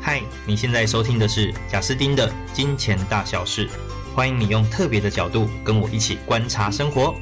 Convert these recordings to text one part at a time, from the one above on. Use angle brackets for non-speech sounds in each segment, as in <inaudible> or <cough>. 嗨，你现在收听的是贾斯汀的《金钱大小事》，欢迎你用特别的角度跟我一起观察生活。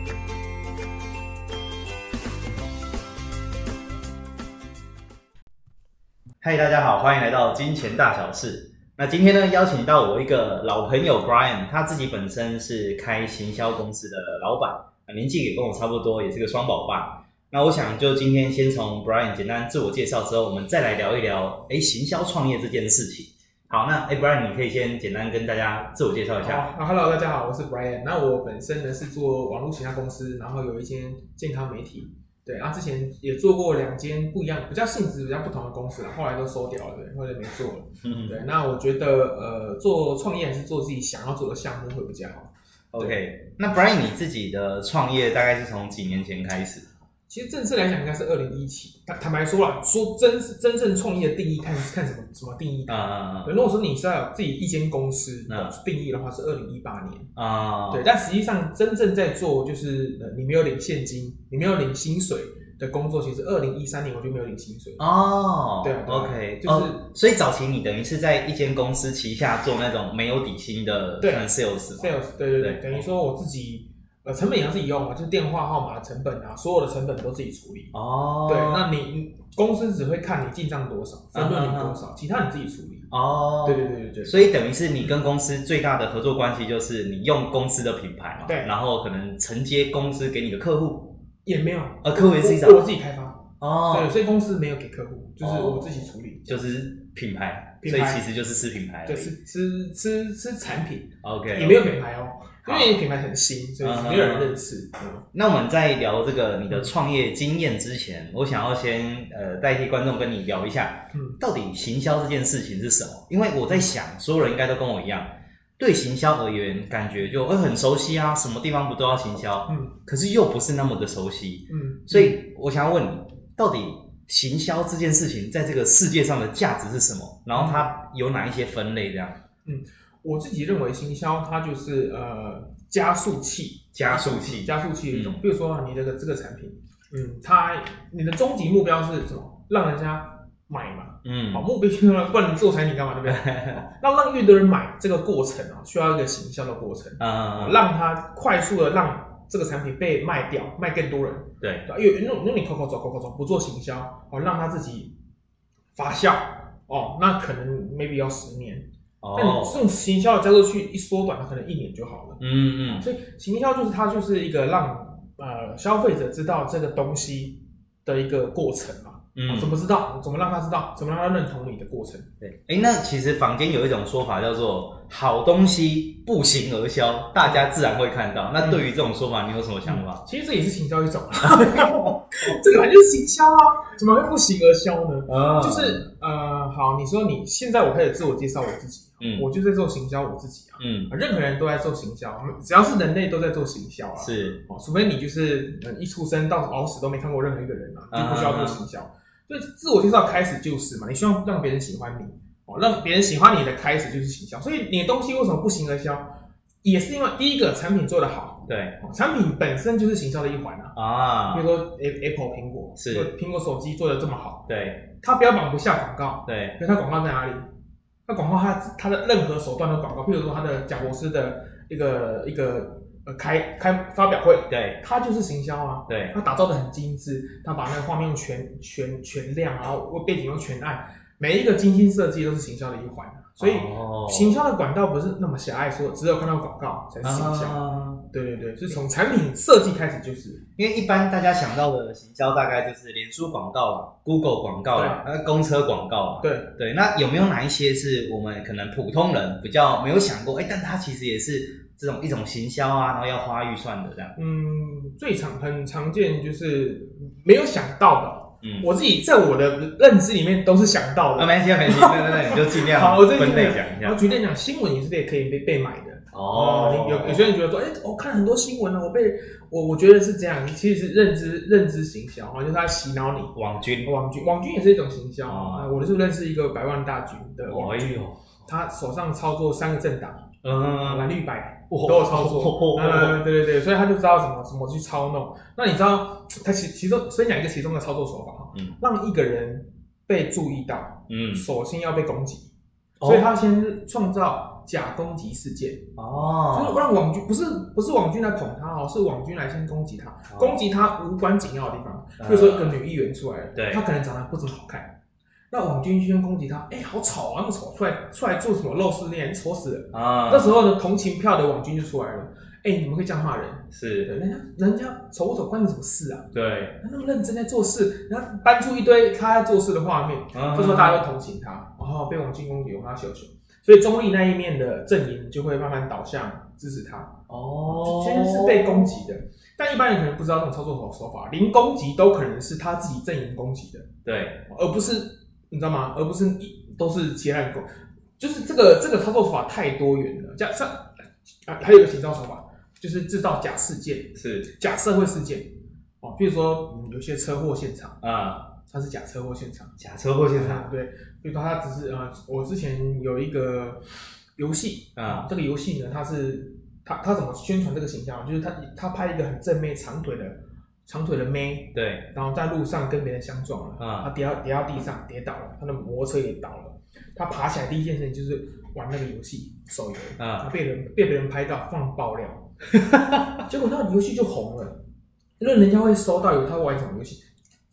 嗨，大家好，欢迎来到《金钱大小事》。那今天呢，邀请到我一个老朋友 Brian，他自己本身是开行销公司的老板，啊年纪也跟我差不多，也是个双宝爸。那我想就今天先从 Brian 简单自我介绍之后，我们再来聊一聊，哎，行销创业这件事情。好，那哎，Brian，你可以先简单跟大家自我介绍一下。好、啊、，Hello，大家好，我是 Brian。那我本身呢是做网络形象公司，然后有一间健康媒体，对，然后之前也做过两间不一样、比较性质比较不同的公司，后来都收掉了，对，或者没做了。嗯对，那我觉得呃，做创业还是做自己想要做的项目会比较好。 ，OK。那 Brian 你自己的创业大概是从几年前开始？其实正式来讲应该是二零一七，坦坦白说啦，说真真正创业的定义看看什么什么定义。啊啊对如果说你是要有自己一间公司的嗯定义的话，是二零一八年。啊啊！对，但实际上真正在做就是呃，你没有领现金，你没有领薪水的工作，其实二零一三年我就没有领薪水。哦，对啊对啊，OK，就是哦所以早期你等于是在一间公司旗下做那种没有底薪的对可能 sales 嘛 sales，对对对，对等于说我自己呃成本也要自己用啊，就是电话号码的成本啊，所有的成本都自己处理。哦，对，那你你公司只会看你进账多少，分论你多少，其他你自己处嗯理。哦，对对对对对。所以等于是你跟公司最大的合作关系就是你用公司的品牌嘛，对然后可能承接公司给你的客户，也没有，呃，客户也是一我我种自己开发，对，哦，所以公司没有给客户，就是哦我自己处理，就是品牌，品所牌以其实就是吃品牌而已，对，吃吃吃吃产品， OK，也没有品牌哦，因好为品牌很新，所以没有人认识。嗯那我们在聊这个你的创业经验之前，我想要先呃代替观众跟你聊一下，嗯到底行销这件事情是什么？因为我在想，所有人应该都跟我一样，对行销而言，感觉就会很熟悉啊，什么地方不都要行销，嗯可是又不是那么的熟悉。嗯，所以我想要问你，到底行销这件事情在这个世界上的价值是什么？然后它有哪一些分类？这样我自己认为行销它就是呃加速器，加速器加速器的一种嗯。比如说你这个这个产品，嗯，它你的终极目标是什么？让人家买嘛，嗯好，目标就是让不然你做产品干嘛？对不对？ <laughs> 让让越多人买，这个过程啊，需要一个行销的过程，啊，让它快速的让这个产品被卖掉，卖更多人。对，对，因为因为因为你口口走口口走，不做行销哦，让它自己发酵哦，那可能 maybe 要十年。那你哦，这种行销的加速去一缩短，它可能一年就好了。嗯嗯所以行销就是它就是一个让呃消费者知道这个东西的一个过程嘛，嗯，怎么知道？怎么让他知道？怎么让他认同你的过程？对，哎，那其实坊间有一种说法叫做“好东西不行而销”，大家自然会看到。那对于这种说法，你有什么想法？其实这也是行销一种，啊 <laughs> <laughs> 这个本来就是行销啊，怎么会不行而销呢？啊就是呃，好，你说你现在我开始自我介绍我自己，嗯我就在做行销我自己啊，嗯，任何人都在做行销，只要是人类都在做行销啊，是哦，除非你就是呃一出生到老死都没看过任何一个人啊，嗯就不需要做行销。所以自我介绍开始就是嘛，你希望让别人喜欢你，哦，让别人喜欢你的开始就是行销。所以你的东西为什么不行而销，也是因为第一个产品做得好，对哦产品本身就是行销的一环啊。啊比，如说 A- Apple 苹果，是就苹果手机做的这么好，对它标榜不下广告，对，可是它广告在哪里？它广告它它的任何手段的广告，譬如说它的贾博士的一个一个呃开开发表会，对它就是行销啊，对它打造的很精致，它把那个画面用全全全亮，然后背景用全暗，每一个精心设计都是行销的一环，啊所以哦行销的管道不是那么狭隘，说只有看到广告才是行销。啊，对对对，是从产品设计开始就是，因为一般大家想到的行销大概就是脸书广告啦、Google 广告啦、呃公车广告啦。对对，那有没有哪一些是我们可能普通人比较没有想过？哎，但它其实也是这种一种行销啊，然后要花预算的这样。嗯，最常很常见就是没有想到的，嗯，我自己在我的认知里面都是想到啊，的。没关系，没关系，对对对，你就尽量好，我最分近类讲一然下后。举例讲，新闻也是被可以被被买的。哦，哦，有有些人觉得说，哎、我看很多新闻了，啊我被我我觉得是这样，其实是认知认知行销啊，就是他洗脑你。网军，网军网军也是一种行销哦啊、我就是认识一个百万大军的网哎军，呦，他手上操作三个政党，嗯，哦蓝绿白哇都有操作。哇嗯，对对对，所以他就知道怎么怎么去操弄。那你知道他其其中先讲一个其中的操作手法哈，嗯让一个人被注意到，嗯首先要被攻击，哦所以他先创造假攻击事件，就是哦，让网军不是不是网军来捧他哦，是网军来先攻击他，哦攻击他无关紧要的地方，嗯比如说一个女议员出来了，对她可能长得不怎么好看，那网军先攻击她，哎、好丑啊，那么丑，出来出来做什么露丝恋，丑死了。啊，那时候呢，同情票的网军就出来了，哎、你们可以这样骂人，对，是，人家人家丑不丑关你什么事啊？对，他那么认真在做事，然后搬出一堆他在做事的画面，嗯这时候大家都同情他，然后被网军攻击，我们要秀秀。所以中立那一面的阵营就会慢慢倒向支持他，哦，先是被攻击的，但一般人可能不知道这种操作手手法，零攻击都可能是他自己阵营攻击的，对，而不是你知道吗？而不是一都是其他人攻，就是这个这个操作法太多元了。加上啊，还有一个行销手法，就是制造假事件、是，假社会事件哦，比如说、嗯、有些车祸现场，啊，它是假车祸现场。假车祸现场，对，比如说它只是呃，我之前有一个游戏啊这个游戏呢，它是它它怎么宣传这个形象？就是它它拍一个很正妹长腿的长腿的妹，对，然后在路上跟别人相撞了，啊他跌到跌到地上跌倒了，他的摩托车也倒了，他爬起来第一件事情就是玩那个游戏手游，啊他被人被别人拍到放爆 <laughs> 料，结果那个游戏就红了，因为人家会搜到有他玩什么游戏，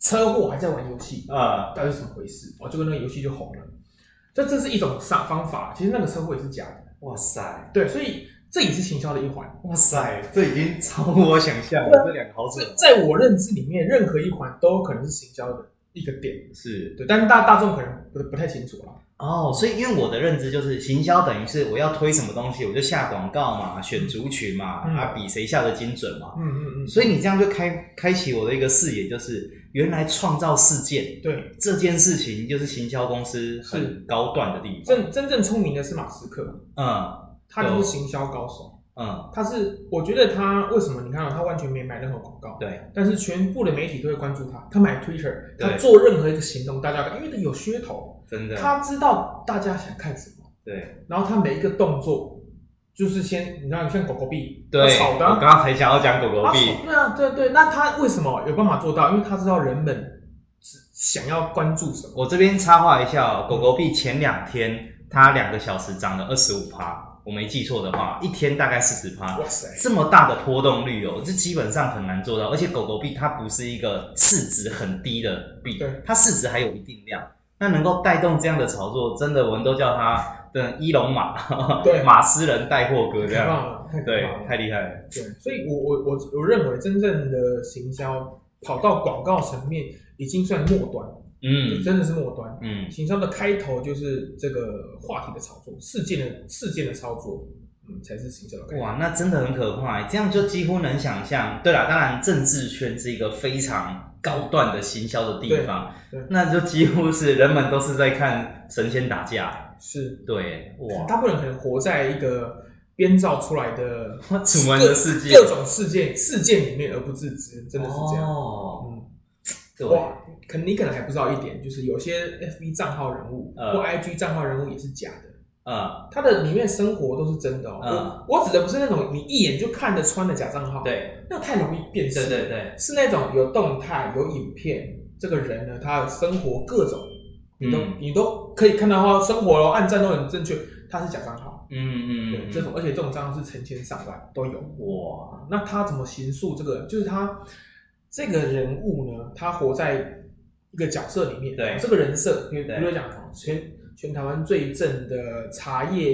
车祸还在玩游戏，啊，到底是怎么回事？哦，结果那个游戏就红了。这这是一种上方法，其实那个车祸也是假的。哇塞，对，所以这也是行销的一环。哇塞，这已经超乎我想象了，这两个好扯所以，在我认知里面，任何一环都可能是行销的一个点。是，对，但是大大众可能不不太清楚了。哦，所以因为我的认知就是，行销等于是我要推什么东西，我就下广告嘛，选族群嘛，嗯啊，比谁下的精准嘛。嗯嗯所以你这样就开开启我的一个视野，就是原来创造事件以对，这件事情，就是行销公司很高段的地方。真真正聪明的是马斯克，嗯他就是行销高手。嗯，他是，我觉得他为什么？你看、啊，他完全没买任何广告，对，但是全部的媒体都会关注他。他买 Twitter，对他做任何一个行动，大家因为他有噱头，真的，他知道大家想看什么。对然后他每一个动作就是先，你知道像狗狗币，对。他炒的我啊，刚刚才想要讲狗狗他币，炒对啊，对对，那他为什么有办法做到？因为他知道人们只想要关注什么。我这边插话一下哦，狗狗币前两天它两个小时涨了二十五趴，我没记错的话，一天大概四十趴。哇塞，这么大的波动率哦，这基本上很难做到。而且狗狗币它不是一个市值很低的币对，它市值还有一定量，那能够带动这样的炒作，真的我们都叫它的伊隆马， <laughs> 对马斯人带货哥这太样，棒了，太对棒，了太厉害了，对，所以我我我我认为真正的行销跑到广告层面已经算末端，嗯真的是末端。嗯，行销的开头就是这个话题的操作，事件的事件的操作，嗯，才是行销的开头。哇，那真的很可怕，欸这样就几乎能想象。对啦，当然政治圈是一个非常高段的行销的地方对对，那就几乎是人们都是在看神仙打架，是对，哇。大部分人可能活在一个编造出来 <laughs> 的楚门的世界各各种事件事件里面而不自知，真的是这样。哦，嗯，对，哇，可能你可能还不知道一点，就是有些 FB 账号人物呃或 IG 账号人物也是假的，嗯，他的里面生活都是真的哦。嗯我我指的不是那种你一眼就看得穿的假账号，，对，那太容易辨识。对对对，是那种有动态、有影片，这个人呢，他的生活各种，你都、嗯你都可以看到他生活咯，按赞都很正确，他是假账号。嗯对，嗯，这种而且这种账号是成千上万都有。哇，那他怎么形塑这个？就是他这个人物呢，他活在一个角色里面，对这个人设，比如比对如讲全全台湾最正的茶叶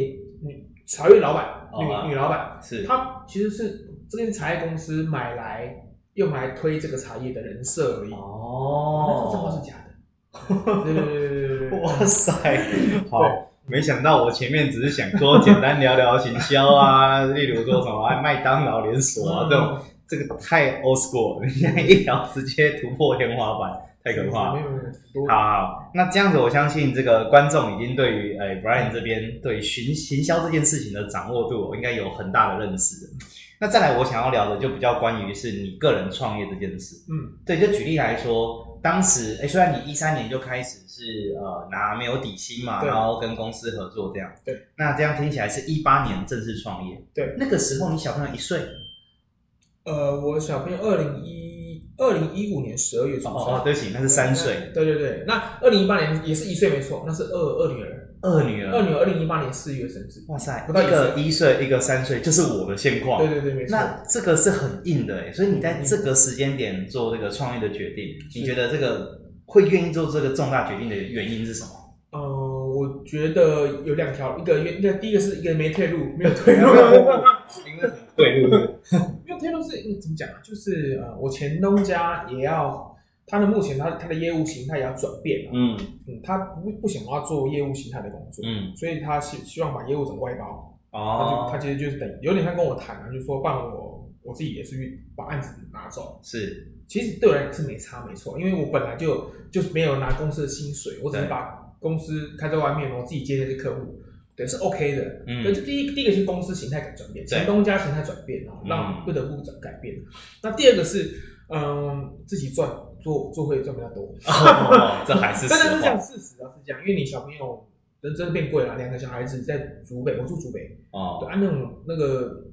女茶叶老板，哦女、啊女老板，是，她其实是这间茶叶公司买来用来推这个茶叶的人设而已，那这账号哦，是假的。 <laughs> 对对对对对对对，哇塞，好。没想到我前面只是想说简单聊聊行销啊， <laughs> 例如说什么啊麦当劳连锁啊这种，这个太 old school，了，你 <laughs> 现在一聊直接突破天花板，太可怕了没。有没有没有多好好，那这样子，我相信这个观众已经对于诶、Brian 这边对行行销这件事情的掌握度，应该有很大的认识。那再来，我想要聊的就比较关于是你个人创业这件事。嗯对，就举例来说，当时诶、虽然你一三年就开始是呃拿没有底薪嘛，对然后跟公司合作这样。对，那这样听起来是一八年正式创业。对，那个时候你小朋友一岁。呃，我小朋友二零一二零一五年十二月出生。哦哦哦，对不起，那是三岁。对对对，那二零一八年也是一岁没错，那是二二女儿。二女儿，二女儿二零一八年四月生至。哇塞，不到一一岁个一岁，一个三岁，就是我的现况。对对对，没错。那这个是很硬的哎，所以你在这个时间点做这个创业的决定，是你觉得这个会愿意做这个重大决定的原因是什么？呃，我觉得有两条，一个一个第一个是一个没退路，没有退路， <laughs> 对对对，没有退路是嗯怎么讲啊？就是呃，我前东家也要他的目前他他的业务形态也要转变啊，嗯嗯，他不不想要做业务形态的工作，嗯，所以他希希望把业务整外包，他就他哦，其实就是等有点像跟我谈啊，就说办我我自己也是去把案子拿走，是其实对我来讲是没差没错，因为我本来就就是没有拿公司的薪水，我只是对把公司开在外面，我自己接这些客户，对是 OK 的。嗯对，这第一第一个是公司形态改转变，对前东家形态转变啊，嗯让不得不转改变。那第二个是嗯自己赚做做会赚比较多，哦，这还 <laughs> 是真实的是这样话事实啊，是这样，因为你小朋友人真的变贵了，两个小孩子在竹北，我住竹北，对哦，啊，那种那个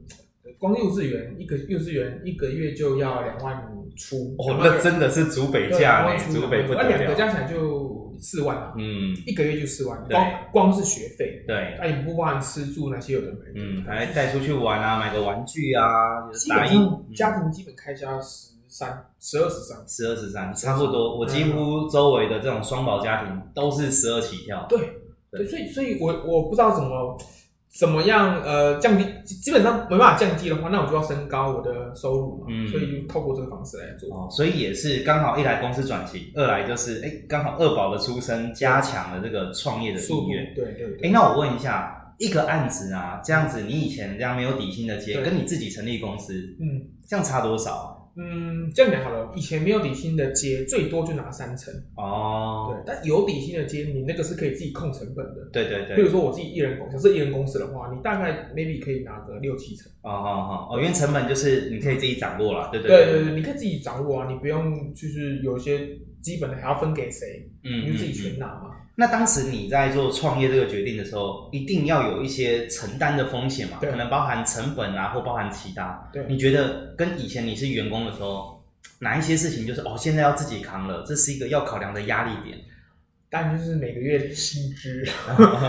呃光幼稚园一个幼稚园一个月就要两万出，哦两，万那真的是竹北对价两呢万，出，竹北不那得两个了，加起来就四万啊，嗯，一个月就四万，对光光是学费，对，那你不包含吃住那些有的没的，嗯，还带出去玩啊，买个玩具啊，基打本印上家庭基本开销十三、十二、十三，十二十三，差不多。我几乎周围的这种双保家庭都是十二起跳。对对对，所以所以我我不知道怎么。怎么样？呃，降低基基本上没办法降低的话，那我就要升高我的收入嘛，嗯所以就透过这个方式来做。哦，所以也是刚好一来公司转型，二来就是哎，刚好二宝的出生加强了这个创业的意速度，愿。对对对。哎，那我问一下，一个案子啊，这样子你以前这样没有底薪的接，对跟你自己成立公司，嗯这样差多少嗯，这样讲好了，以前没有底薪的接，最多就拿三成，啊？哦，对。但有底薪的接，你那个是可以自己控成本的。对对比如对，说我自己一人公，假设一人公司的话，你大概 maybe 可以拿个六七成。哦哦哦，哦，因为成本就是你可以自己掌握了，对对对对对，你可以自己掌握啊，你不用就是有些基本的还要分给谁，嗯，你就自己嗯全拿嘛。那当时你在做创业这个决定的时候，一定要有一些承担的风险嘛，对可能包含成本啊，或包含其他。对你觉得跟以前你是员工的时候，哪一些事情就是哦，现在要自己扛了，这是一个要考量的压力点。当然就是每个月的薪 <laughs> 资，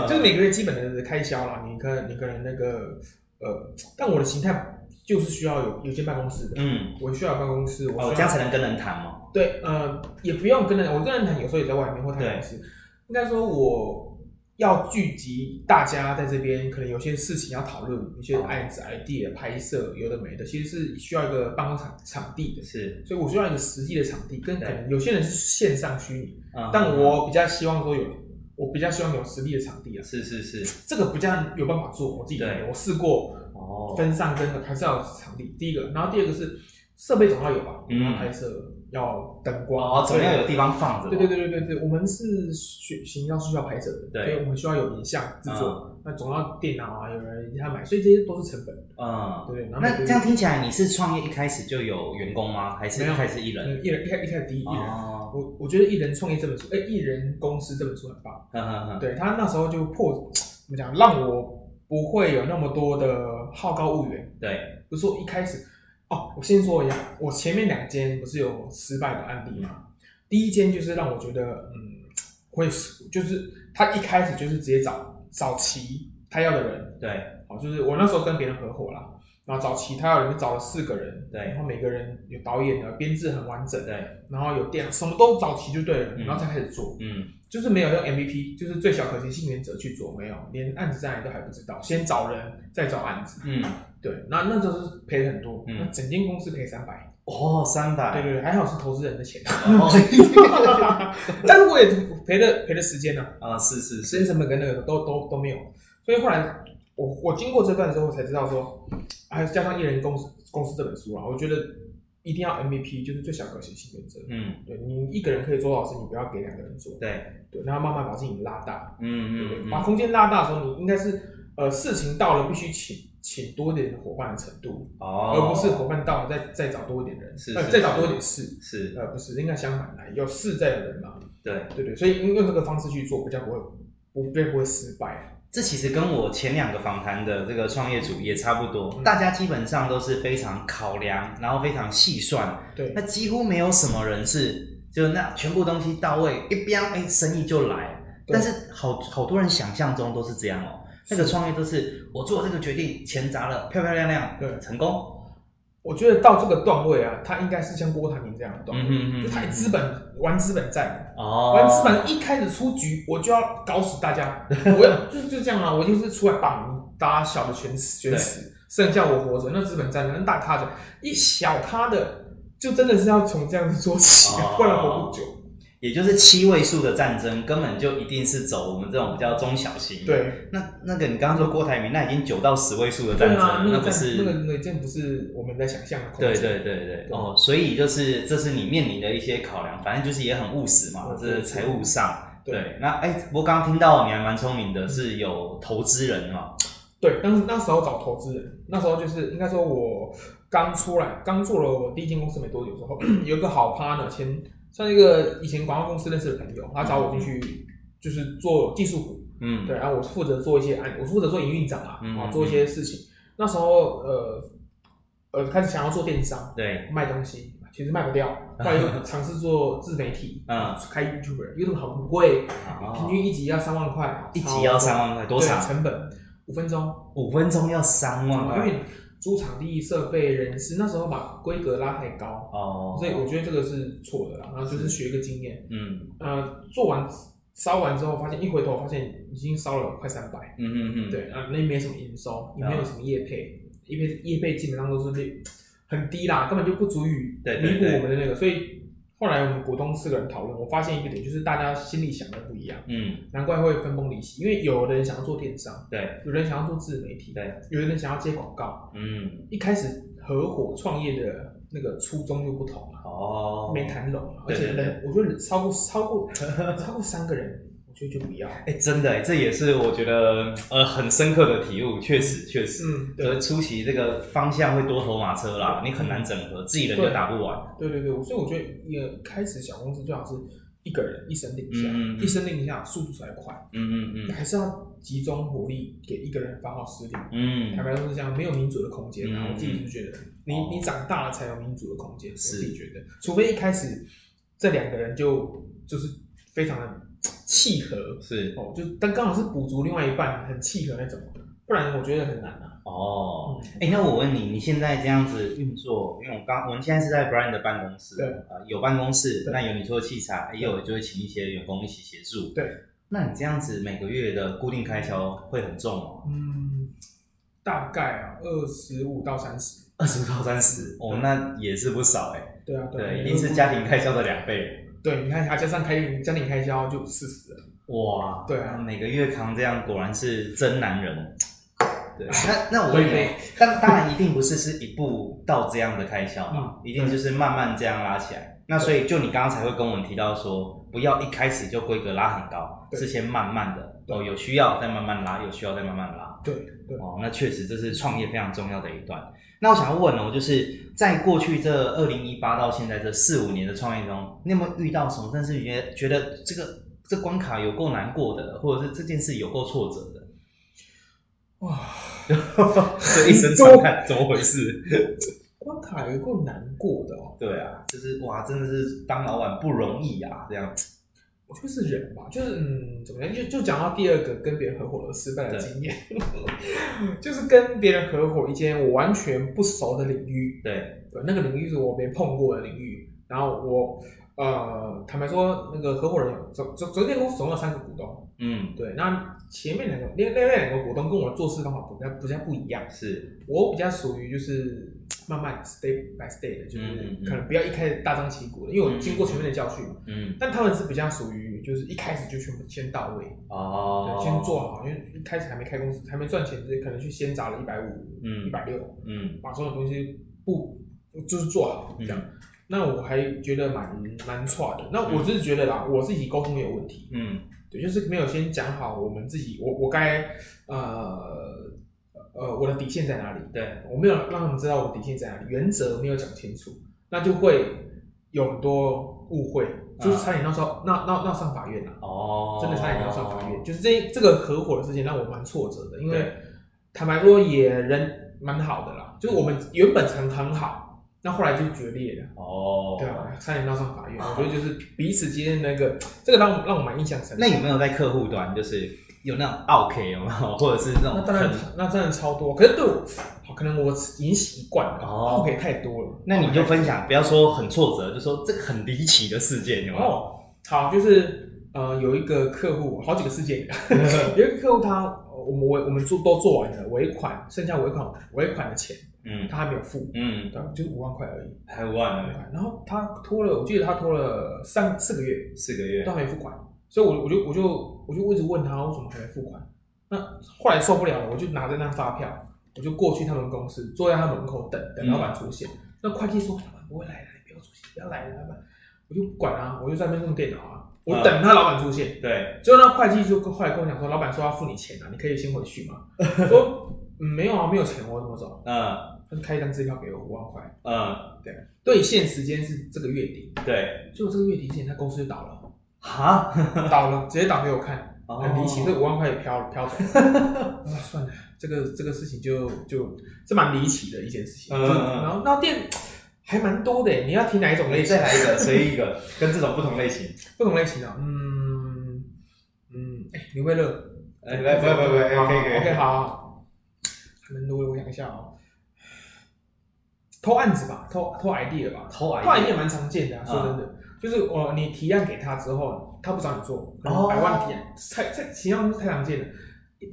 就是每个月基本的开销啦。你可你可能那个呃，但我的形态就是需要有有间办公室的，嗯，我需要有办公室，我需哦，要这样才能跟人谈嘛。对，呃，也不用跟人，我跟人谈有时候也在外面或谈公司。应该说我要聚集大家在这边，可能有些事情要讨论，有哦些案子、idea、拍摄，有的没的，其实是需要一个办公场场地的。是，所以我需要一个实际的场地，跟可对能有些人是线上虚拟，嗯但我比较希望说有，我比较希望有实力的场地啊，是是是，这个比较有办法做，我自己觉对得我试过哦，分散跟还是要有场地，第一个，然后第二个是设备总要有吧，嗯要拍摄，要灯光，哦，怎么样有地方放着？对对，对对对对，我们是学行销是需要拍摄的，对嗯所以我们需要有影像制作，那总要电脑啊，有人要买，所以这些都是成本，对嗯。不对？然后那这样听起来，你是创业一开始就有员工吗？还是没有一开始一人？嗯一人一开一开始第一一人，哦，我我觉得《一人创业》这本书，哎，《一人公司》这本书很棒，呵呵呵，对他那时候就破怎么讲，让我不会有那么多的好高骛远，对，不是说一开始哦，我先说一下，我前面两间不是有失败的案例吗？第一间就是让我觉得，嗯，会就是他一开始就是直接找找齐他要的人，对，好，就是我那时候跟别人合伙啦，然后找齐他要的人，找了四个人，对然后每个人有导演的编制很完整，对，然后有电，什么都找齐就对了，嗯然后才开始做，嗯，就是没有用 MVP，就是最小可行性原则去做，没有，连案子在哪里都还不知道，先找人，再找案子，嗯，对，那那就是赔了很多，嗯那整间公司赔三百，哦，三百，对对对，还好是投资人 <laughs> 的钱， <laughs> 哦，但是我也赔了赔了时间呢、啊，啊，是是时间是，成本跟那个都都都没有，所以后来我我经过这段之后，我才知道说，还有加上艺人公司公司这本书啊，我觉得一定要 MVP，就是最小可行性原则，嗯，对你一个人可以做到的事，你不要给两个人做，对，对，然后慢慢把自己拉大，对嗯嗯把嗯，空间拉大的时候，你应该是呃事情到了必须请请多一点的伙伴的程度，而哦，不是伙伴到了再再找多一点人，是呃是再找是多一点事，是，呃不是，应该相反来，有事在有人嘛，对，对对，所以用用这个方式去做，比较不会不比较不会失败，啊这其实跟我前两个访谈的这个创业主也差不多，嗯大家基本上都是非常考量，然后非常细算，对那几乎没有什么人是就那全部东西到位，一标，哎，生意就来。对但是好好多人想象中都是这样哦，那个创业都是我做这个决定，钱砸了，漂漂亮亮，对成功。我觉得到这个段位啊，他应该是像郭台铭这样的段嗯哼位，嗯就哼，他以资本玩资本战，哦，玩资本一开始出局，我就要搞死大家， <laughs> 我要就就这样啊，我就是出来把大家小的全死全死，剩下我活着，那资本战那大咖的，一小咖的就真的是要从这样子做起哦， <laughs> 不然活不久。也就是七位数的战争，根本就一定是走我们这种比较中小型。，对，那那个你刚刚说郭台铭，那已经九到十位数的对战争，啊，那个不是？那个那个已经不是我们在想象的空间。对对对对，哦，所以就是这是你面临的一些考量，反正就是也很务实嘛，对这财务上。对对，那哎，不过刚刚听到你还蛮聪明的，是有投资人哦嘛？对，当时那时候找投资人，那时候就是应该说我刚出来，刚做了我第一间公司没多久 <clears throat> 之后，有一个好 partner，前算一个以前广告公司认识的朋友，他找我进去就是做技术股，嗯，对，然后我负责做一些案，我负责做营运长啊，嗯啊做一些事情。那时候呃呃开始想要做电商，对，卖东西，其实卖不掉，后来又尝试做自媒体，嗯，开 YouTube，YouTube 好贵，平均一集要三万块，哦一集要三万块，多对长？嗯成本五分钟。五分钟要三万因块为租场地、设备、人事，那时候把规格拉太高，哦，所以我觉得这个是错的啦。然后就是学一个经验，嗯呃，做完烧完之后，发现一回头发现已经烧了快三百，嗯嗯嗯，嗯对，啊，那也没什么营收，也没有什么业配，业配业配基本上都是那很低啦，根本就不足以对对弥补对我们的那个，所以。后来我们股东四个人讨论，我发现一个点，就是大家心里想的不一样，嗯难怪会分崩离析。因为有的人想要做电商，对，有人想要做自媒体，对，有的人想要接广告，嗯一开始合伙创业的那个初衷就不同了，哦，没谈拢啊，而对且对对人，我觉得人超过超过超过三个人，我觉得就不要。哎，真的哎，这也是我觉得呃很深刻的体悟，确实确实。嗯，对呃，初期这个方向会多头马车啦，你很难整合，自己人就打不完。对对对，所以我觉得也开始小公司最好是一个人一声令下，嗯嗯嗯一声令下速度才快，嗯嗯嗯还是要集中火力给一个人发号施令。嗯坦，白说是这样，没有民主的空间啊！嗯我自己是觉得，你哦你长大了才有民主的空间，我是自己觉得，除非一开始这两个人就就是非常的契合，是哦，就但刚好是补足另外一半，很契合那种，不然我觉得很难啊。哦。哎、那我问你，你现在这样子运作，因为我刚我们现在是在 Brian 的办公室，对呃，有办公室，对那有你说的器材，也有就会请一些员工一起协助。对，那你这样子每个月的固定开销会很重吗？嗯，大概啊，二十五到三十。二十到三十，哦，对那也是不少哎、对啊，啊对，一你定是家庭开销的两倍。对，你看还啊加上开家庭开销就四十了。哇，对啊每个月扛这样，果然是真男人。对，啊那那我问你，但当然一定不是是一步到这样的开销嘛，一定就是慢慢这样拉起来。那所以就你刚刚才会跟我们提到说，不要一开始就规格拉很高，对是先慢慢的对哦，有需要再慢慢拉，有需要再慢慢拉。对对，啊哦，那确实这是创业非常重要的一段。那我想要问哦，就是在过去这二零一八到现在这四五年的创业中，你有没有遇到什么，但是觉得觉得这个这关卡有够难过的，或者是这件事有够挫折的？哇，这一声长叹，怎么回事？ <laughs> 关卡有够难过的哦。对啊，就是哇，真的是当老板不容易啊，这样子。我觉得是人吧，就是嗯，怎么样？就就讲到第二个跟别人合伙的失败的经验， <laughs> 就是跟别人合伙一间我完全不熟的领域，对，对，那个领域是我没碰过的领域。然后我呃，坦白说，那个合伙人有总总总间公司总共有三个股东，嗯，对，那前面两个另另外两个股东跟我的做事方法比较比较不一样，是，我比较属于就是慢慢 step by step 的，就嗯嗯嗯是可能不要一开始大张旗鼓的，因为我经过前面的教训嘛。嗯，但他们是比较属于就是一开始就全部先到位，哦对，，先，做好，因为一开始还没开公司，还没赚钱，就可能去先砸了一百五、嗯一百六，嗯，把所有东西不就是做好这样。那我还觉得蛮蛮差的。那我只是觉得啦，我自己沟通有问题，嗯，对，就是没有先讲好我们自己，我我该呃呃我的底线在哪里，对，我没有让他们知道我的底线在哪里，原则没有讲清楚，那就会有很多误会，就是差点闹上闹闹闹上法院了、啊哦，真的差点要上法院。就是这这个合伙的事情让我蛮挫折的，因为对嗯坦白说也人蛮好的啦，就是我们原本很很好，那后来就决裂了。哦，对啊，差点闹上法院。我觉得就是彼此之间那个，这个让我让我蛮印象深刻。那有没有在客户端就是有那种 OK 有没有，或者是那那种当然哦很，那真的超多。可是对我，好可能我已经习惯了哦，OK 太多了。那你就分享，不要说很挫折，就说这个很离奇的事件有没有？哦，好，就是呃，有一个客户，好几个事件， <laughs> 有一个客户他，呃我们我我们做都做完了，尾款剩下尾款尾款的钱嗯他还没有付，嗯，对，啊就是五万块而已，还忘5万了块然后他拖了，我记得他拖了三四个月四个月都，还没付款，所以我我就我就我就一直问他为什么还没付款，那后来受不了了，我就拿着那张发票，我就过去他们公司，坐在他门口等等老板出现，那会计说老板不会来的，你不要出现，不要来了，老板，我就不管啊，我就在那边用电脑啊，我等他老板出现。对，最后那会计就跟后来跟我讲说，老板说要付你钱啊，你可以先回去嘛。我说、嗯、没有啊，没有钱，我怎么走？嗯他就开一张支票给我五万块，嗯，兑现时间是这个月底，对，结果这个月底之前他公司就倒了，哈，倒了，直接倒给我看，哦 <laughs> 很离奇，这五万块也飘了飘走了。 <laughs> 啊，算了，这个这个事情就就这蛮离奇的一件事嗯情。嗯就嗯然后那店还蛮多的耶，你要听哪一种可以类型哦哎再？来一个，随意一个，跟这种不同类 <laughs> 型。不同类型的，嗯嗯，哎、你会乐。哎，来，不要不要不要，哎可以可以。 <laughs> OK，好好，好还能录，我想一下哦。偷案子吧，偷偷 idea 吧，偷偷癌 idea 蛮常见的、啊。嗯说真的，就是我、你提案给他之后，他不找你做，可哦能百万提啊案，太太提案太常见了。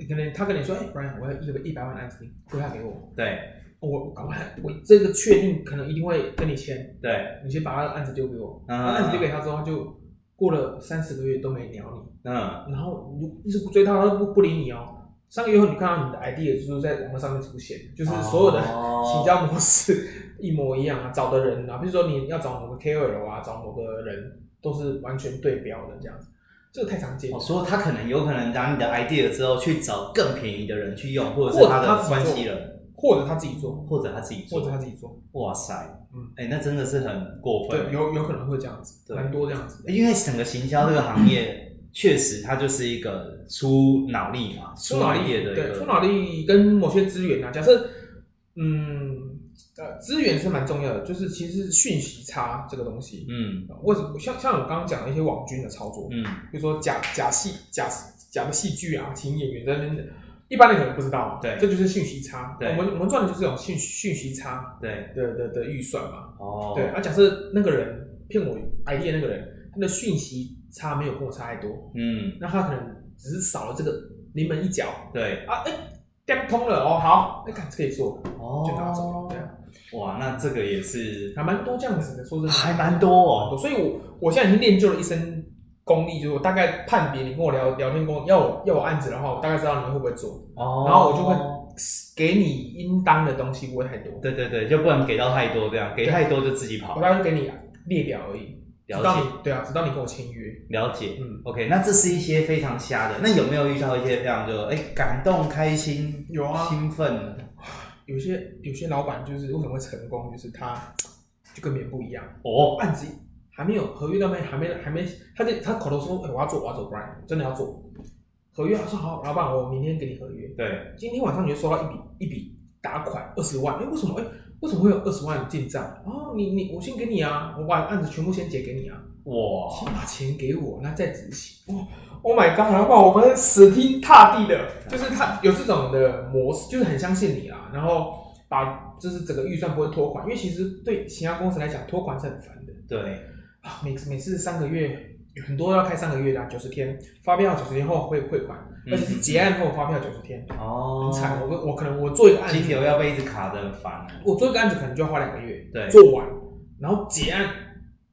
可能他跟你说，哎、不然我要一个一百万的案子，你归他给我，哦对我我赶快，我这个确定可能一定会跟你签，对，你先把他的案子丢给我，嗯然后案子丢给他之后，他就过了三四个月都没鸟你，嗯然后你就一直追他，他都不不理你哦。上个月后，你看到你的 idea 就是在网络上面出现，就是所有的哦请教模式一模一样啊，找的人啊， <laughs> 比如说你要找某个 KOL 啊，找某个人都是完全对标的这样子，这个太常见了我。说哦他可能有可能拿你的 idea 之后去找更便宜的人去用，或者是或者他的自己关做系人，或者他自己做，或者他自己或者做。他自己做，哇塞，嗯，哎，那真的是很过分对，。有有可能会这样子，对蛮多这样子的。因为整个行销这个行业，确实它就是一个出脑力嘛，出出脑力力的一对，个出脑力跟某些资源啊，假设嗯呃资源是蛮重要的，就是其实讯息差这个东西，嗯为什么像像我刚刚讲的一些网军的操作，嗯比如说假假戏假假的戏剧啊，请演员在那边，一般人可能不知道，对这就是讯息差。对我们我们赚的就是这种讯讯息差对的的的预算嘛。哦对，啊，假设那个人骗我 idea 那个人，他的讯息差没有跟我差太多，嗯那他可能只是少了这个临门一脚对啊，哎、掉通了哦，好，那、看这可以做，哦就拿走了，对啊，哇，那这个也是还蛮多这样子的，说真的，还蛮多很哦，多所以我我现在已经练就了一身功力，就是我大概判别你跟我聊聊天功，要我要我案子的话，我大概知道你会不会做，哦然后我就会给你应当的东西不会太多，对对对，就不能给到太多，这样给太多就自己跑我。大概就给你列表而已，直了到解你对啊，直到你跟我签约，了解嗯， ，OK，那这是一些非常瞎的。那有没有遇到一些非常就哎、感动、开心、有啊兴奋？有些有些老板就是为什么会成功，就是他就跟别人不一样，哦，案子还没有合约到没还没还没，他就他口头说、哎我要做我要做，不然真的要做，合约他说好，老板我明天给你合约，对，今天晚上你就收到一笔一笔打款二十万，哎、为什么？哎、为什么会有二十万进账？哦，你你我先给你啊，我把案子全部先结给你啊，哇，先把钱给我，那再执行。哇，Oh my god！然后我们死踢踏地的，就是他有这种的模式，就是很相信你啊，然后把就是整个预算不会拖款，因为其实对其他公司来讲，拖款是很烦的对，啊，每每次三个月。有很多要开三个月的、啊，九十天发票，九十天后会汇款，嗯而且是结案后发票九十天，哦很，惨。我我可能我做一个案金子，流要被一直卡得很烦。我做一个案子可能就要花两个月对，做完，然后结案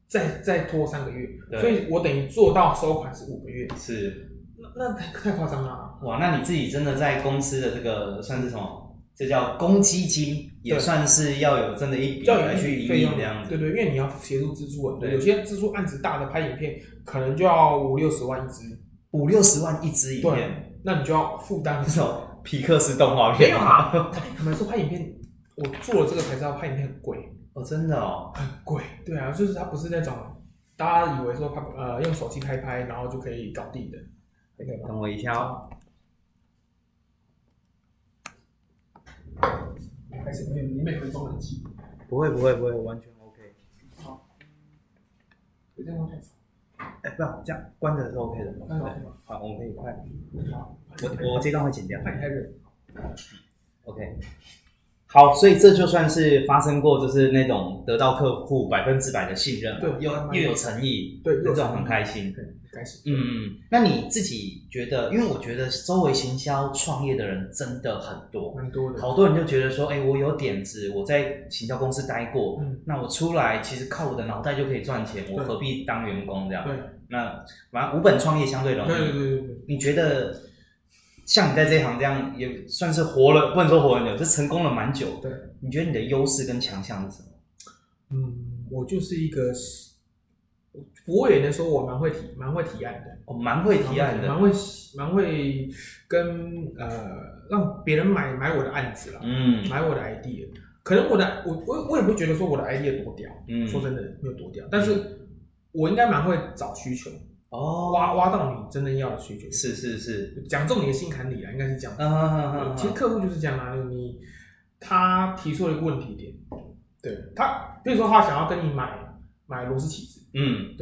再再拖三个月，对所以我等于做到收款是五个月，是那那太太夸张了啊。哇，那你自己真的在公司的这个算是什么？这叫公积金，也对算是要有真的一笔教来育去盈利费用这样子。对对，因为你要协助支出很多，对有些支出案子大的拍影片可能就要五六十万一支，五六十万一支影对片，，那你就要负担这种皮克斯动画没片有吗？啊，他们说拍影片，我做了这个才知道拍影片很贵， <laughs> 哦，真的哦，贵，对啊，就是它不是那种大家以为说拍呃用手机拍拍然后就可以搞定的，可以吗？等我一下哦。开始，你每分钟很急。不会不会不会，完全 OK。有这样太吵。哎，不要这样，关着是 OK 的。那对好，好，我们可以快。好，我我这段会剪掉。快开始。 OK，好，所以这就算是发生过，就是那种得到客户百分之百的信任，对又又有诚意，对那种很开心。对，开始。嗯，那你自己觉得？因为我觉得周围行销创业的人真的很多，蛮多的。好多人就觉得说，哎、我有点子，我在行销公司待过，嗯，那我出来其实靠我的脑袋就可以赚钱，我对何必当员工这样？对，那反正无本创业相对容易，对对对对对。你觉得像你在这一行这样，也算是活了，不能说活很久，是成功了蛮久。对，你觉得你的优势跟强项是什么？嗯，我就是一个，我也能说我蛮会提，蛮会提案的，我、哦蛮会提案蛮的，会蛮会跟呃让别人买买我的案子啦，嗯买我的 idea。可能我的我我我也不觉得说我的 idea 多屌，嗯，说真的没有多屌，但是我应该蛮会找需求，哦，挖挖到你真正要的需求，是是是，讲中你的心坎里啊，应该是这样。嗯嗯嗯，其实客户就是这样啊，你他提出了一个问题点，对他，比如说他想要跟你买买螺丝起子，嗯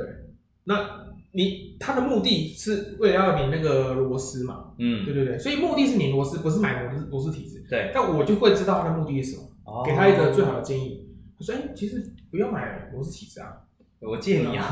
那你他的目的是为了要你那个螺丝嘛，对嗯，对对，所以目的是你螺丝，不是买螺丝螺丝起子。对，但我就会知道他的目的是什么，哦给他一个最好的建议。我说，哎、其实不要买螺丝起子啊， <laughs> 我借你啊，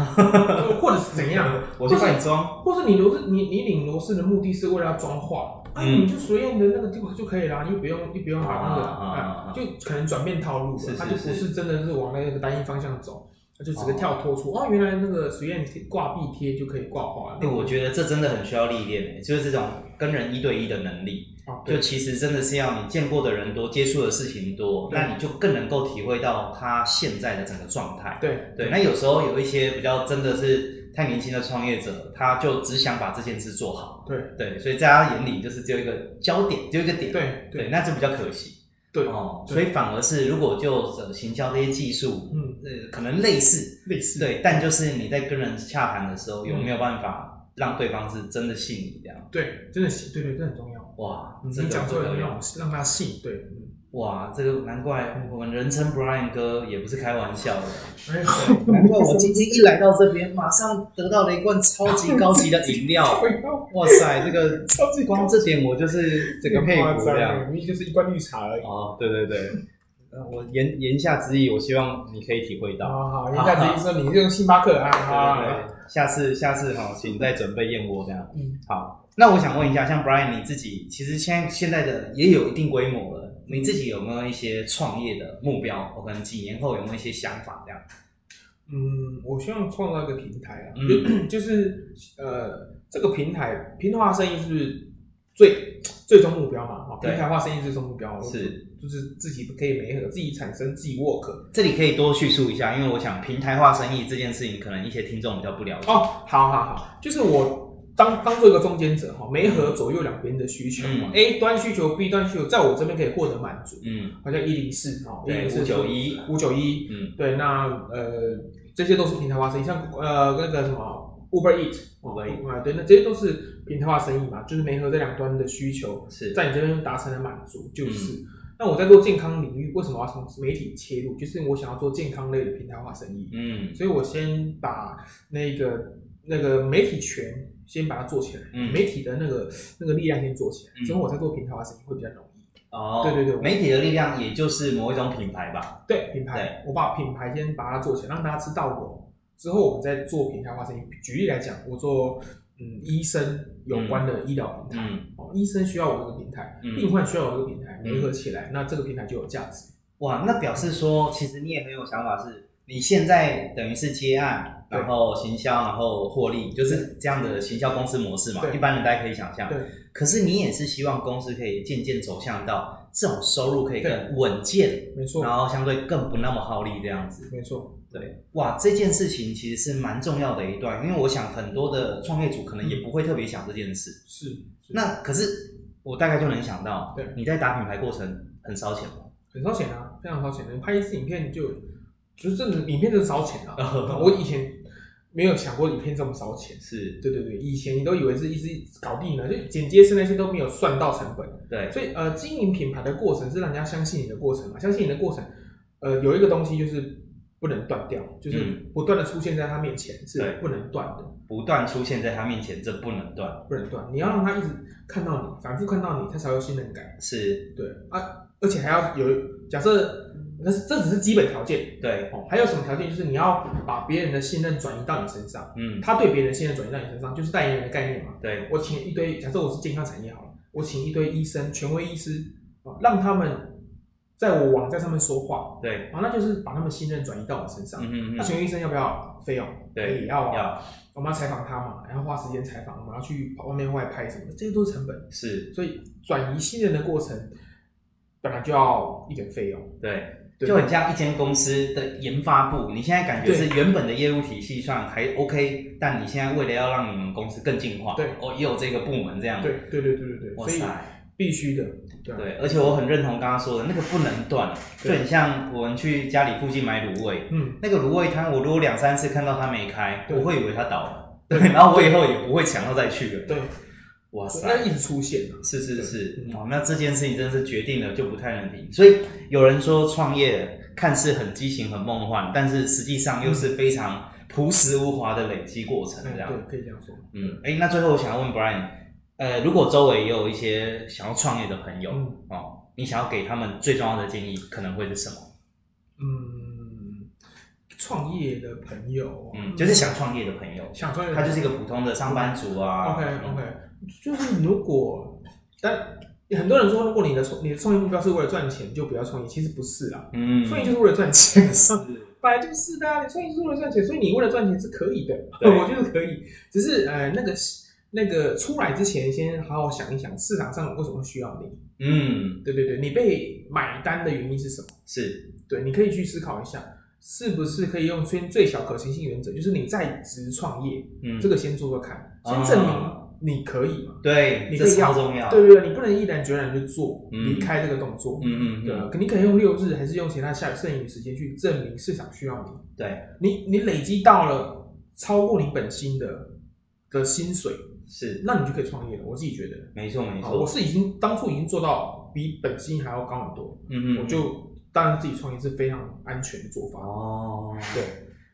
或者是怎样，我去帮你装，或者你螺丝，你你领螺丝的目的是为了要装化，啊，嗯你就随便的那个地方就可以啦，你就不用，你不用把那个，啊啊啊啊，就可能转变套路了是是，它就不是是真的是往那个单一方向走，它就只哦是跳脱出，哦，原来那个随便贴挂壁贴就可以挂画了哎、，我觉得这真的很需要历练，就是这种跟人一对一的能力。啊，就对其实真的是要你见过的人多，接触的事情多，对那你就更能够体会到他现在的整个状态。对对，那有时候有一些比较真的是太年轻的创业者，他就只想把这件事做好。对对，所以在他眼里就是只有一个焦点，只有一个点。对对，对那就比较可惜对，哦。对所以反而是如果就呃行销这些技术，嗯，呃，可能类似，类似，对，但就是你在跟人洽谈的时候，嗯有没有办法让对方是真的信你这样？对，真的是，对对，这很重要。嗯哇，你这个讲不出来得会了让！我让他信，对，嗯哇，这个难怪我们人称 Brian 哥也不是开玩笑的，哎，难怪 <laughs> 我今天一来到这边，马上得到了一罐超级高级的饮 <laughs> 料。哇塞，这个超级光这点我就是整个佩服这样。，你就是一罐绿茶而已。哦，对对对，呃我言言下之意，我希望你可以体会到。啊好好，人家只是说你用星巴克啊，啊对好啊好对啊，对，下次下次哈，请再准备燕窝这样。嗯，好，那我想问一下，像 Brian 你自己，其实现在现在的也有一定规模了，你自己有没有一些创业的目标？我可能几年后有没有一些想法这样？嗯，我希望创造一个平台啊，嗯就就是呃，这个平台平台化生意是不是最最终目标嘛，哦对平台化生意最终目标是就是自己可以媒合，自己产生自己 work。这里可以多叙述一下，因为我想平台化生意这件事情，可能一些听众比较不了解。哦，好好好，就是我当当做一个中间者哈，媒合左右两边的需求嘛嗯，A 端需求、B 端需求，在我这边可以获得满足，嗯，好像一零四哦，对，五九一，五九一，嗯，对，那呃，这些都是平台化生意，像呃那个什么 Uber Eat， Uber Eat 啊，对，那这些都是平台化生意嘛，就是媒合这两端的需求，是，在你这边达成了满足，就是。嗯那我在做健康领域，为什么我要从媒体切入？就是我想要做健康类的平台化生意，嗯所以我先把那个那个媒体权先把它做起来，嗯媒体的那个那个力量先做起来，嗯之后我再做平台化生意会比较容易。哦，对对对媒体的力量也就是某一种品牌吧。对品牌，我把品牌先把它做起来，让大家知道我。之后我们再做平台化生意。举例来讲，我做嗯医生有关的医疗平台，嗯，哦，医生需要我这个平台，嗯病患需要我这个平嗯台，联合起来，那这个平台就有价值。哇，那表示说，其实你也很有想法是，你现在等于是接案，对然后行销，然后获利，就是这样的行销公司模式嘛。对一般人大家可以想象。对可是你也是希望公司可以渐渐走向到这种收入可以对更稳健，没错，然后相对更不那么耗力这样子。没错，对，哇，这件事情其实是蛮重要的一段，因为我想很多的创业主可能也不会特别想这件事。是是那可是我大概就能想到，对你在打品牌过程很烧钱吗？。很烧钱啊，非常烧钱的。拍一次影片就就是这影片真的烧钱啊我以前没有想过影片这么烧钱。是，对对对，以前你都以为是一直搞定了，就剪接是那些都没有算到成本。对，所以呃，经营品牌的过程是让人家相信你的过程嘛，相信你的过程，呃，有一个东西就是不能断掉，就是嗯不断的出现在他面前是对不能断的，不断出现在他面前，这不能断，不能断。你要让他一直看到你，反复看到你，他才有信任感。是对啊，而且还要有假设，那是这只是基本条件对，哦。还有什么条件？就是你要把别人的信任转移到你身上，嗯，他对别人的信任转移到你身上，就是代言人的概念嘛。对，我请一堆，假设我是健康产业好了，我请一堆医生、权威医师啊，让他们在我网站上面说话对，啊，那就是把他们信任转移到我身上。嗯嗯那嗯，权威医生要不要费用？对也要啊。要我们要采访他嘛，然后花时间采访，我们要去跑外面外拍什么的，这些都是成本。是，所以转移信任的过程本来就要一点费用，对。对就很像一间公司的研发部，你现在感觉对是原本的业务体系上还 OK，但你现在为了要让你们公司更进化，对哦，也有这个部门这样，，对对对对对对，哇所以塞，必须的，对啊对，而且我很认同刚刚说的那个不能断，就对很像我们去家里附近买卤味，嗯，那个卤味摊，我如果两三次看到它没开，对我会以为它倒了，对对， <laughs> 然后我以后也不会想要再去了。对，哇塞，那一直出现啊，是是是对，嗯哦，那这件事情真是决定了就不太能停。所以有人说创业看似很激情、很梦幻，但是实际上又是非常朴实无华的累积过程，这样。嗯哎对，可以这样说，嗯，哎、那最后我想要问 Brian，呃，如果周围也有一些想要创业的朋友、嗯哦，你想要给他们最重要的建议可能会是什么？嗯，创业的朋友，嗯，就是想创业的朋友，想创业的他朋友，就是一个普通的上班族啊。 OK OK，就是如果，但很多人说，如果你的创你的创业目标是为了赚钱，就不要创业。其实不是啦，嗯，创业就是为了赚 <laughs> 钱，是本来就是的、啊。你创业就是为了赚钱，所以你为了赚钱是可以的，对 <laughs> 我觉得可以。只是呃，那个那个出来之前，先好好想一想，市场上为什么需要你？嗯，对对对，你被买单的原因是什么？是对，你可以去思考一下，是不是可以用先最小可行性原则，就是你在职创业，嗯，这个先做做看，先啊证明你可以嘛。对，你这可以超要重要。对对对，你不能毅然决然就做嗯离开这个动作。嗯嗯对嗯，啊，你可以用六日还是用其他下剩余的时间去证明市场需要你。对，你你累积到了超过你本薪的的薪水，是那你就可以创业了。我自己觉得，没错没啊，错。我是已经当初已经做到比本薪还要高很多，嗯嗯，我嗯就当然自己创业是非常安全的做法。哦，对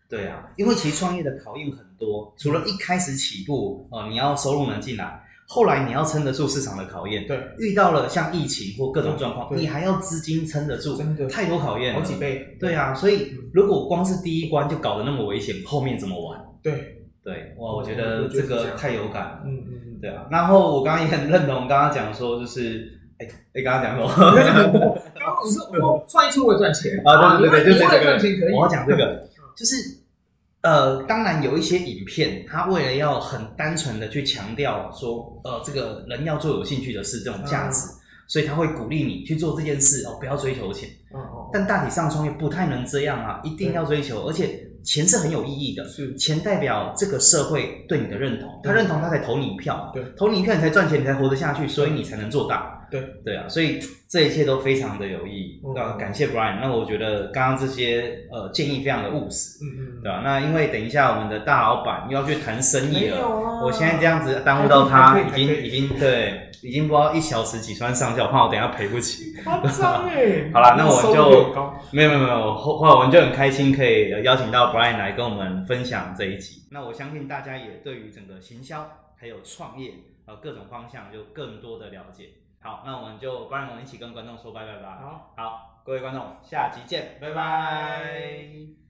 对啊，因为其实创业的考验很多，除了一开始起步哦，你要收入能进来，后来你要撑得住市场的考验。对，遇到了像疫情或各种状况，对你还要资金撑得住，真的太多考验了，好几。倍。对啊，所以嗯如果光是第一关就搞得那么危险，后面怎么玩？对，对，哇，嗯我觉得我这觉得是这个样太有感了。嗯嗯嗯，对啊，然后我刚刚也很认同刚刚讲说，就是哎哎，刚刚讲什 <laughs> 么？ <laughs> 刚刚我是我创业出为了赚钱啊，对对对，就你是为这了个赚钱可以。我要讲这个，就是呃，当然有一些影片，它为了要很单纯的去强调说，呃，这个人要做有兴趣的事这种价值，所以他会鼓励你去做这件事哦，不要追求钱。嗯，哦但大体上创业不太能这样啊，一定要追求，而且钱是很有意义的哦，。是钱代表这个社会对你的认同，他认同他才投你一票嘛，对投你一票你才赚钱，你才活得下去，所以你才能做大，对对啊，所以这一切都非常的有意义。嗯那感谢 Brian，那我觉得刚刚这些呃建议非常的务实，嗯嗯对吧、啊那因为等一下我们的大老板又要去谈生意没有了，啊，我现在这样子耽误到他，还已可以经已经对，已经不知道一小时几穿上下，我怕我等一下赔不起。。夸张哎 <laughs> 好啦那我就收入有高 <laughs> 没有没有没有，后后来我们就很开心可以呃邀请到 Brian 来跟我们分享这一集。那我相信大家也对于整个行销还有创业呃各种方向有更多的了解。好，那我们就 Brian 我们一起跟观众说拜拜吧。好，好，各位观众，下集见，拜拜